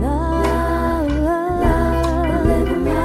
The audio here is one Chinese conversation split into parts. one you live in love, live in love.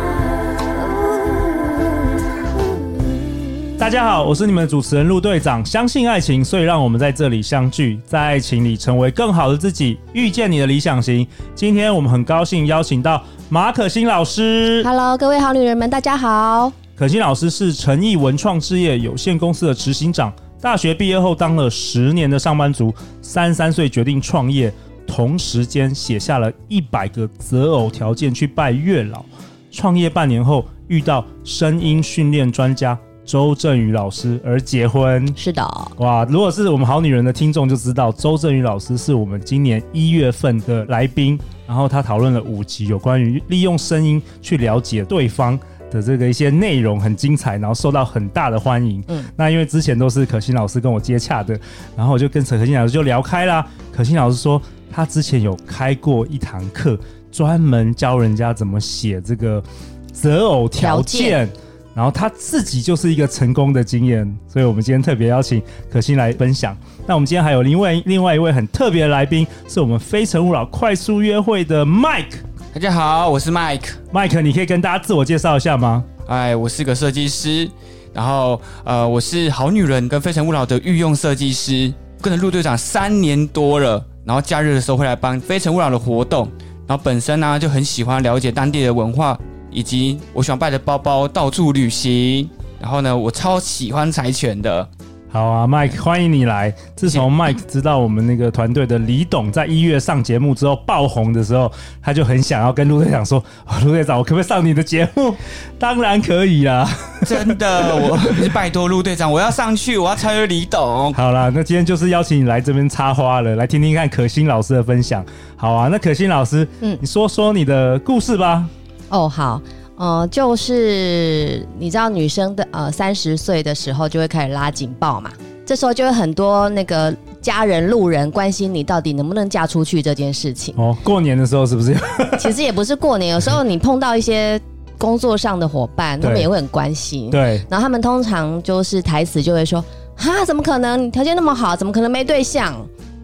大家好，我是你们的主持人陆队长。相信爱情，所以让我们在这里相聚，在爱情里成为更好的自己，遇见你的理想型。今天我们很高兴邀请到马可欣老师。 Hello，各位好女人们，大家好。可欣老师是诚毅文创置业有限公司的执行长，大学毕业后当了十年的上班族，三十三岁决定创业，同时间写下了一百个择偶条件去拜月老。创业半年后遇到声音训练专家周振宇老师而结婚。是的，哇！如果是我们好女人的听众就知道，周振宇老师是我们今年一月份的来宾，然后他讨论了五集有关于利用声音去了解对方的这个一些内容，很精彩，然后受到很大的欢迎。嗯嗯，那因为之前都是可心老师跟我接洽的，然后我就跟陈可心老师就聊开啦。可心老师说，他之前有开过一堂课，专门教人家怎么写这个择偶条条件。然后他自己就是一个成功的经验，所以我们今天特别邀请可心来分享。那我们今天还有另外另外一位很特别的来宾，是我们《非诚勿扰》快速约会的 Mike。大家好，我是 Mike， Mike，你可以跟大家自我介绍一下吗？哎，我是个设计师，然后呃，我是好女人跟非诚勿扰的御用设计师，跟着陆队长三年多了，然后假日的时候会来帮非诚勿扰的活动，然后本身呢、就很喜欢了解当地的文化，以及我喜欢带着包包到处旅行，然后呢，我超喜欢柴犬的，好啊，Mike，欢迎哎你来。自从 Mike 知道我们那个团队的李董在一月上节目之后爆红的时候，他就很想要跟陆队长说：“哦陆、队长，我可不可以上你的节目？” 当然可以啦。真的，我拜托陆队长，我要上去，我要超越李董。好啦，那今天就是邀请你来这边插花了，来听听看可心老师的分享。好啊，那可心老师，嗯你说说你的故事吧。哦，好，呃，就是你知道女生的呃三十岁的时候就会开始拉警报嘛，这时候就会很多那个家人、路人关心你到底能不能嫁出去这件事情。哦，过年的时候是不嗯是？其实也不是过年，有时候你碰到一些工作上的伙伴，他们 对也会很关心。对，然后他们通常就是台词就会说：“哈，怎么可能？你条件那么好，怎么可能没对象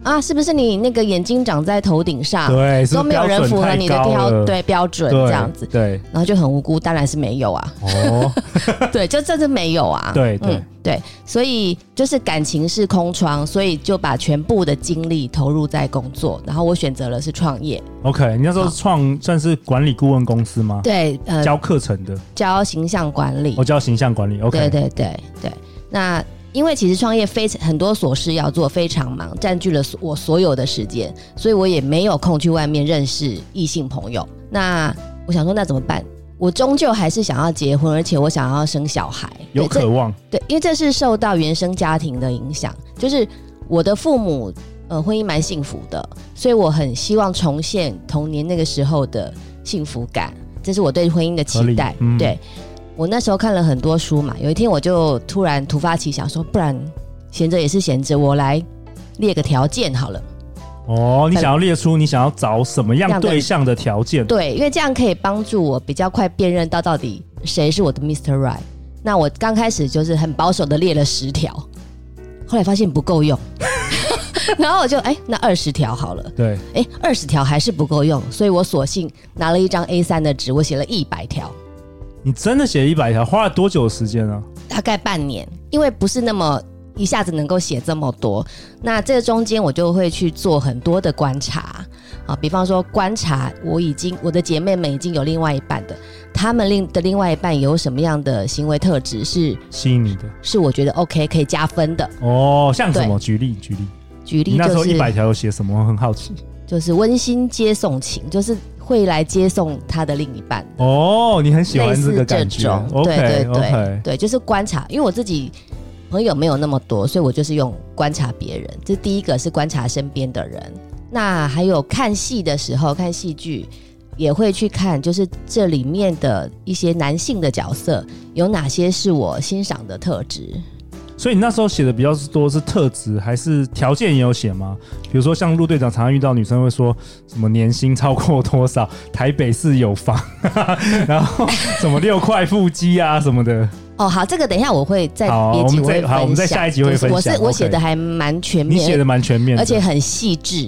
啊？是不是你那个眼睛长在头顶上，对，是啊都不是没标有人准符合太你的高标了对标准对这样子？”对，然后就很无辜，当然是没 有啊，哦，对，就真的没有啊，对对对，所以就是感情是空窗，所以就把全部的精力投入在工作，然后我选择了是创业， OK，你那时候好创算是管理顾问公司吗？对，呃，啊教课程的，教形象管理我、，教哦形象管理。OK，对对对对，那。因为其实创业非常很多琐事要做，非常忙，占据了所我所有的时间，所以我也没有空去外面认识异性朋友。那我想说，那怎么办？我终究还是想要结婚，而且我想要生小孩，有对这渴望，对，因为这是受到原生家庭的影响，就是我的父母呃婚姻蛮幸福的，所以我很希望重现童年那个时候的幸福感，这是我对婚姻合的期理待。嗯对我那时候看了很多书嘛，有一天我就突然突发奇想说，不然闲着也是闲着，我来列个条件好了。哦，你很想要列出你想要找什么样样的对象的条件？对，因为这样可以帮助我比较快辨认到到底谁是我的 Mr. Right。那我刚开始就是很保守的列了十条，后来发现不够用， 然后我就哎、那二十条好了，对，哎、二十条还是不够用，所以我索性拿了一张 A 3的纸，我写了一百条，你真的写一百条，花了多久的时间啊？大概半年，因为不是那么。一下子能够写这么多，那这中间我就会去做很多的观察啊，比方说观察我已经我的姐妹们已经有另外一半的，她们另的另外一半有什么样的行为特质是吸引你的是我觉得 OK 可以加分的。哦，像什对么？举例举例，举你例那时就候一百是条有写什么？我很好奇。就是温馨接送情，就是会来接送她的另一半，哦，你很喜类欢似这个这感觉种， OK 对对对 OK，对，就是观察，因为我自己朋友没有那么多，所以我就是用观察别人。这第一个是观察身边的人，那还有看戏的时候看戏剧。也会去看，就是这里面的一些男性的角色有哪些是我欣赏的特质，所以你那时候写的比较多是特质，还是条件也有写吗？比如说像陆队长常常遇到女生会说什么年薪超过多少，台北市有房， 然后什么六块腹肌啊什么的。哦，好，这个等一下我会在好别集我们会再好我们在分享下一集会就是我分享是我 OK 写的还蛮全你写面的，蛮全面的，而且很细致。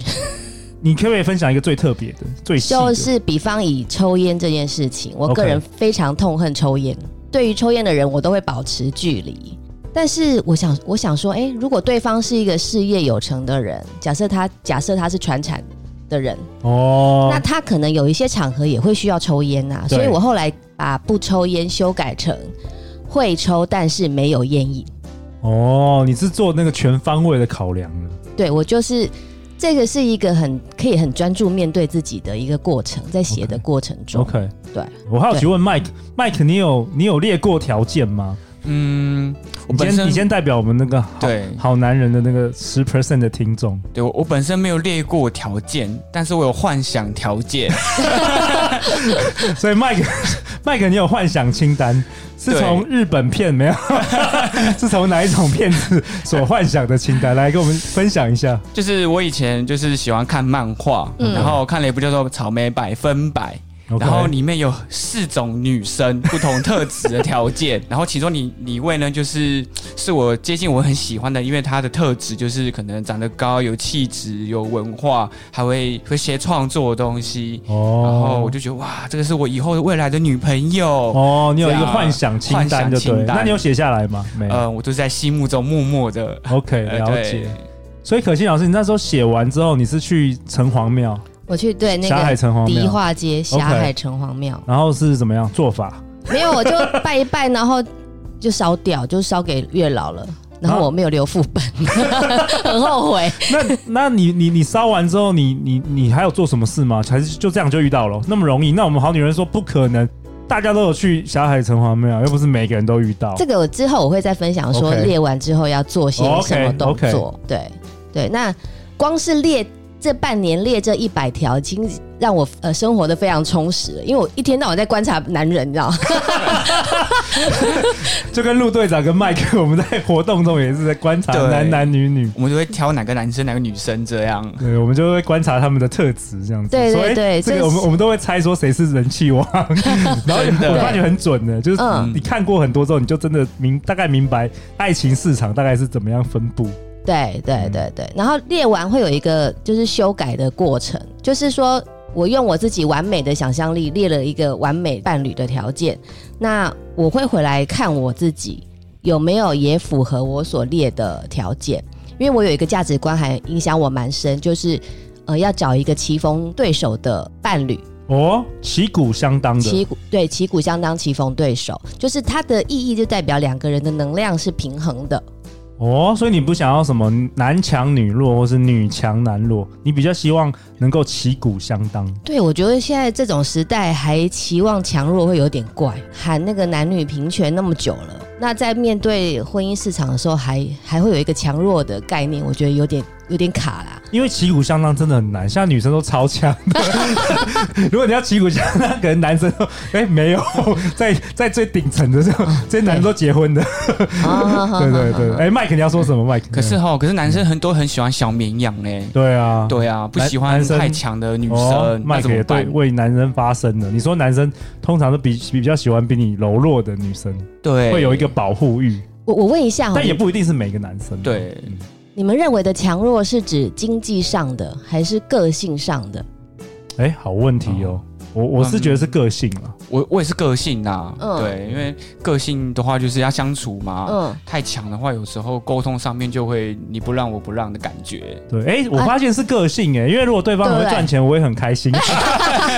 你可不可以分享一个最特别的、最细的？就是比方以抽烟这件事情，我 OK 个人非常痛恨抽烟。对于抽烟的人，我都会保持距离。但是我想，我想说，诶，如果对方是一个事业有成的人，假设他假设他是传产的人，哦那，他可能有一些场合也会需要抽烟呐、对所以我后来把不抽烟修改成会抽，但是没有烟瘾。哦，你是做那个全方位的考量的。对我就是这个是一个很可以很专注面对自己的一个过程，在写的 OK 过程中 OK，对我好奇对问 Mike，Mike，你有你有列过条件吗？嗯，我你本先身你先代表我们那个好对好男人的那个十 percent 的听 众，对我我本身没有列过条件，但是我有幻想条件。 所以 Mike Mike，你有幻想清单是对从日本片没有？ 是从哪一种片子所幻想的清单？来跟我们分享一下。就是我以前就是喜欢看漫画，嗯然后看了一部叫做《草莓百分百》。然后 OK 里面有四种女生不同特质的条件， 然后其中你你一位呢，就是是我接近我很喜欢的，因为她的特质就是可能长得高、有气质、有文化，还会会写创作的东西，哦，然后我就觉得哇，这个是我以后未来的女朋友。哦，你有一个这样幻想清单就幻想对清了，单那你有写下来吗？没有。呃，我就在心目中默默的 OK，呃了对解。所以可心老师，你那时候写完之后，你是去城隍庙，我去对那霞海个城隍迪庙，化街霞海城隍庙然后是怎么样做法？ 没有我就拜一拜，然后就烧掉，就烧给月老了。然啊后我没有留副本，很 后悔。那那你你你烧完之后，你你你还有做什么事吗？还是就这样就遇到了？那么容易？那我们好女人说不可能，大家都有去霞海城隍庙，又不是每个人都遇到。这个我之后我会再分享，说 OK 列完之后要做些哦，OK，什么动作。对对，那光是列这半年列这一百条，已经让我呃生活的非常充实了，因为我一天到晚在观察男人，你知道吗？就跟陆队长跟麦克，我们在活动中也是在观察对男男女女。我们就会挑哪个男生哪个女生这样。 对，我们就会观察他们的特质，这样子。对对所以对这这个我们是我们都会猜说谁是人气 王，然后真的我发觉很准的，就是嗯你看过很多之后，你就真的明大概明白爱情市场大概是怎么样分布。对对对对，然后列完会有一个就是修改的过程，就是说我用我自己完美的想象力列了一个完美伴侣的条件，那我会回来看我自己有没有也符合我所列的条件，因为我有一个价值观还影响我蛮深，就是呃要找一个棋逢对手的伴侣，哦，旗鼓相当旗的，鼓对旗鼓相当，棋逢对手，就是它的意义就代表两个人的能量是平衡的。哦，所以你不想要什么男强女弱，或是女强男弱，你比较希望能够旗鼓相当。对，我觉得现在这种时代还期望强弱会有点怪，喊那个男女平权那么久了，那在面对婚姻市场的时候还，还会有一个强弱的概念，我觉得有点有点卡啦。因为旗鼓相当真的很难，现在女生都超强 的。如果你要旗鼓相当，可能男生都哎、没 有，在在最顶层的时候，啊这些男人都结婚的。啊，对对 对，哎、麦克你要说什么？麦克，可是哈，可是男生很多很喜欢小绵羊哎、嗯对啊，对啊，不喜男欢生太强的女哦生，那麦克怎也么对办？为男人发声了。你说男生通常都比比较喜欢比你柔弱的女生，对，嗯会有一个保护欲，我我问一下哦，但也不一定是每个男生。对嗯你们认为的强弱是指经济上的，还是个性上的？哎、好问题嗯哦。我我是觉得是个性啊，我我也是个性呐、嗯对，因为个性的话就是要相处啊嘛，嗯，太强的话有时候沟通上面就会你不让我不让的感觉。对，哎、我发现是个性哎、因为如果对方很会对赚钱，我也很开 心。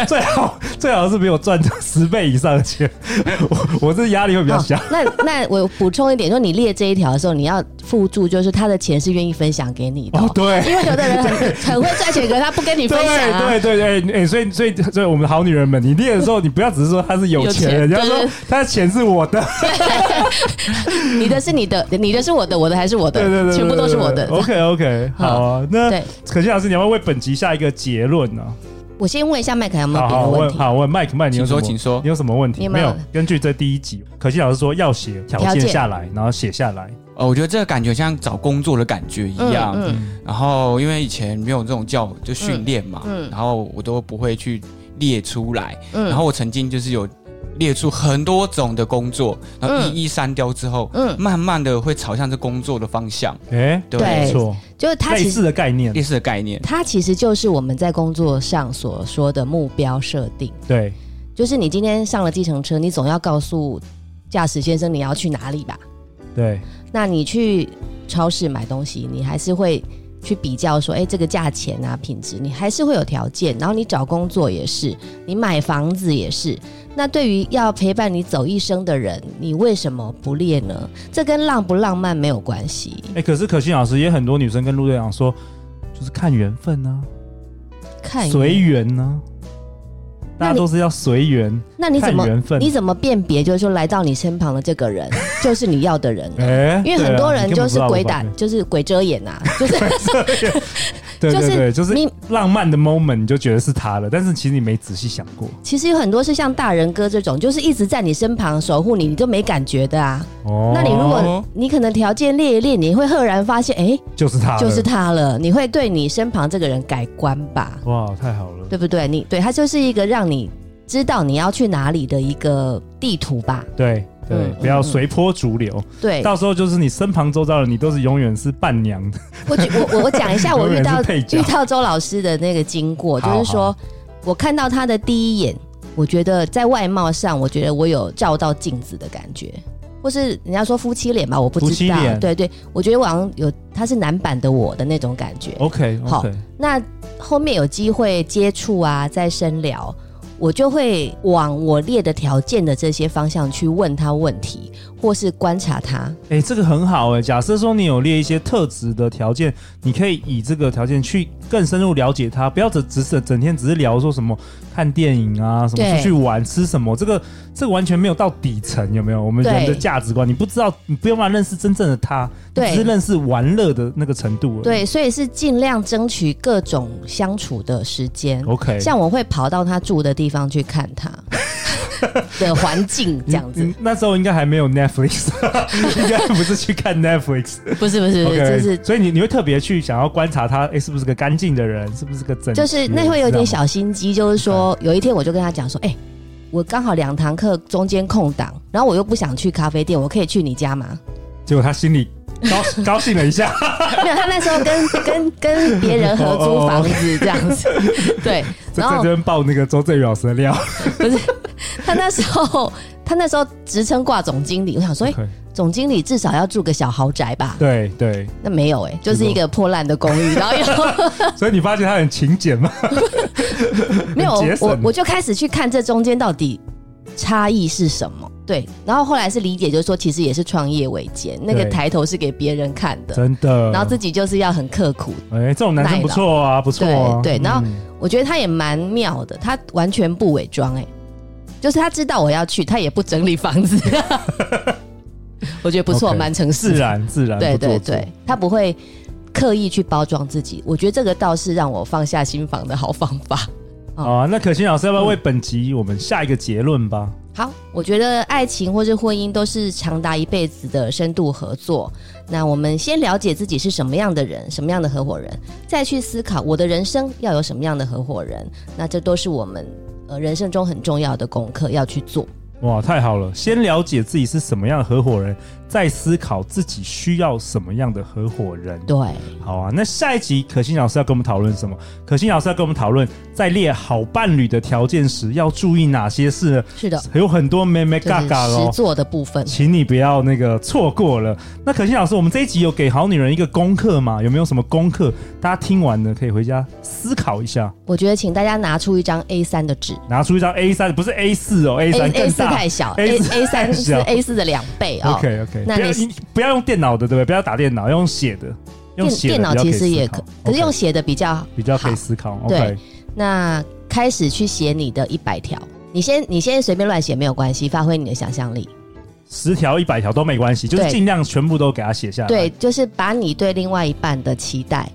最好最好是比我赚十倍以上的钱，我我这压力会比较小。哦那那我补充一点，说你列这一条的时候，你要附注，就是他的钱是愿意分享给你的哦、哦，对，因为有的人很很会赚钱，可是他不跟你分享啊。对对对，哎、哎、所以所以所以我们好女人们，你列的时候，你不要只是说她是有钱人，有钱你要说对她的钱是我的，你的是你的，你的是我的，我的还是我的，对对对对，哦全部都是我的。嗯 OK OK，好啊，那对，可心老师，你要不要为本集下一个结论呢、我先问一下麦克有没好有别好的问问，题？好问麦克麦，你有请什么说，请说你。有什么问你题？有没没有有，根据这第一集，可心老师说要写条条件件下来，然后写下来。呃，我觉得这个感觉像找工作的感觉一样。嗯然后因为以前没有这种教就训练嘛，嗯嗯然后我都不会去列出来。嗯然后我曾经就是有列出很多种的工作，然后嗯一一删掉之后，嗯，慢慢的会朝向这工作的方向，哎，对不没对对错，就是它类其实似的概念类，似的概念。它其实就是我们在工作上所说的目标设定，对，就是你今天上了计程车，你总要告诉驾驶先生你要去哪里吧？对，那你去超市买东西，你还是会去比较说，哎、这个价钱啊，品质，你还是会有条件。然后你找工作也是，你买房子也是。那对于要陪伴你走一生的人，你为什么不列呢？这跟浪不浪漫没有关系。哎，可是可心老师也很多女生跟陆队长说，就是看缘分呢，看随，缘呢，大那家你都是要随缘，那你看怎么缘分你怎么辨别？就是说，来到你身旁的这个人， 就是你要的人。哎，因为对啊很多人你根本就不是知道鬼我胆宝，贝就是鬼遮眼呐、 就是对对对，就是你浪漫的 moment 你就觉得是他了，但是其实你没仔细想过其实有很多是像大人哥这种，就是一直在你身旁守护你，你都没感觉的啊。哦。那你如果你可能条件列一列，你会赫然发现，哎、就是他了，就是他了，你会对你身旁这个人改观吧，哇，太好了，对不对？你对他就是一个让你知道你要去哪里的一个地图吧，对对嗯，不要嗯随波逐流，对。到时候就是你身旁周遭的你都是永远是伴娘的，我举我我我讲一下我永遇远到是配角遇到周老师的那个经过，就好是说我看到他的第一眼，我觉得在外貌上，我觉得我有照到镜子的感觉，或是人家说夫妻脸吧，我不夫知妻道脸，对对，我觉得我好像有他是男版的我的那种感觉。 OK 好 OK，那后面有机会接触啊，再深聊，我就会往我列的条件的这些方向去问他问题，或是观察他。哎、这个很好哎、假设说你有列一些特质的条件，你可以以这个条件去更深入了解他，不要只只是整天只是聊说什么看电影啊，什么对出去玩吃什么，这个这个完全没有到底层，有没有？我们人的对价值观，你不知道，你不用办法认识真正的他，你对只是认识玩乐的那个程度而已。对，所以是尽量争取各种相处的时间。 ，OK，像我会跑到他住的地方去看 他的环境，这样你子你嗯那时候应该还没有 Netflix，应 该不是去看 Netflix。不是不是不是，嗯 OK，嗯就是所以你你会特别去想要观察他，哎、是不是个干净的人，是不是个整洁，就是那会有点小心机，就是说嗯有一天我就跟他讲说，哎、我刚好两堂课中间空档，然后我又不想去咖啡店，我可以去你家吗？ 结果他心里高高兴了一下，没有，他那时候跟跟跟别人合租房子这样子， 对，在然哦 在这后边爆那个周正宇老师的料。他那时候他那时候职称挂总经理，我想说，哎、 OK，总经理至少要住个小豪宅吧？对对，那没有哎、就是一个破烂的公寓，然后又所以你发现他很勤俭嘛？没有很节省我我就开始去看这中间到底差异是什么。对，然后后来是理解，就是说其实也是创业维艰，那个对抬头是给别人看的， 真的。然后自己就是要很刻苦。哎、这种男生不错啊，不错啊。对对然后嗯我觉得他也蛮妙的，他完全不伪装哎、就是他知道我要去，他也不整理房子， 我觉得不错， OK，蛮诚实自的。然自然，对不做对作对，他不会刻意去包装自己，我觉得这个倒是让我放下心房的好方法。好啊，那可心老师要不要为本集我们下一个结论吧？好，我觉得爱情或是婚姻都是长达一辈子的深度合作。那我们先了解自己是什么样的人，什么样的合伙人，再去思考我的人生要有什么样的合伙人。那这都是我们呃人生中很重要的功课要去做。哇，太好了！先了解自己是什么样的合伙人，再思考自己需要什么样的合伙人。对，好啊，那下一集可心老师要跟我们讨论什么？可心老师要跟我们讨论在列好伴侣的条件时要注意哪些事呢？是的，有很多妹妹就嘎是嘎实哦。做的部分。请你不要那个错过了。那可心老师，我们这一集有给好女人一个功课吗？有没有什么功课？大家听完呢，可以回家思考一下，我觉得请大家拿出一张 A 三的纸。拿出一张 A 三，不是 A 四哦，A 三 A 更四大太。小 A ，A 4 A 三是小 A 四的两倍哦。 OK OK，那不要你你不要用电脑的，对不对？不要打电脑，用写的，用电写的电脑比较其以实也思考可，可是 OK，用写的比较比较可以好思考。对 OK，那开始去写你的一百条，你先你先随便乱写没有关系，发挥你的想象力。十条、一百条都没关系，就是对尽量全部都给它写下来。对，就是把你对另外一半的期待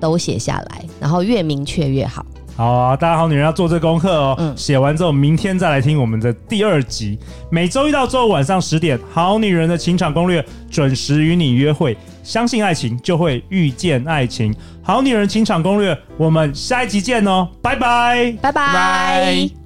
都写下来，然后越明确越好。好啊，大家好，女人要做这功课哦。嗯写、完之后，明天再来听我们的第二集。每周一到周五晚上十点，《好女人的情场攻略》准时与你约会。相信爱情，就会遇见爱情。《好女人情场攻略》，我们下一集见哦，拜拜。拜拜。拜。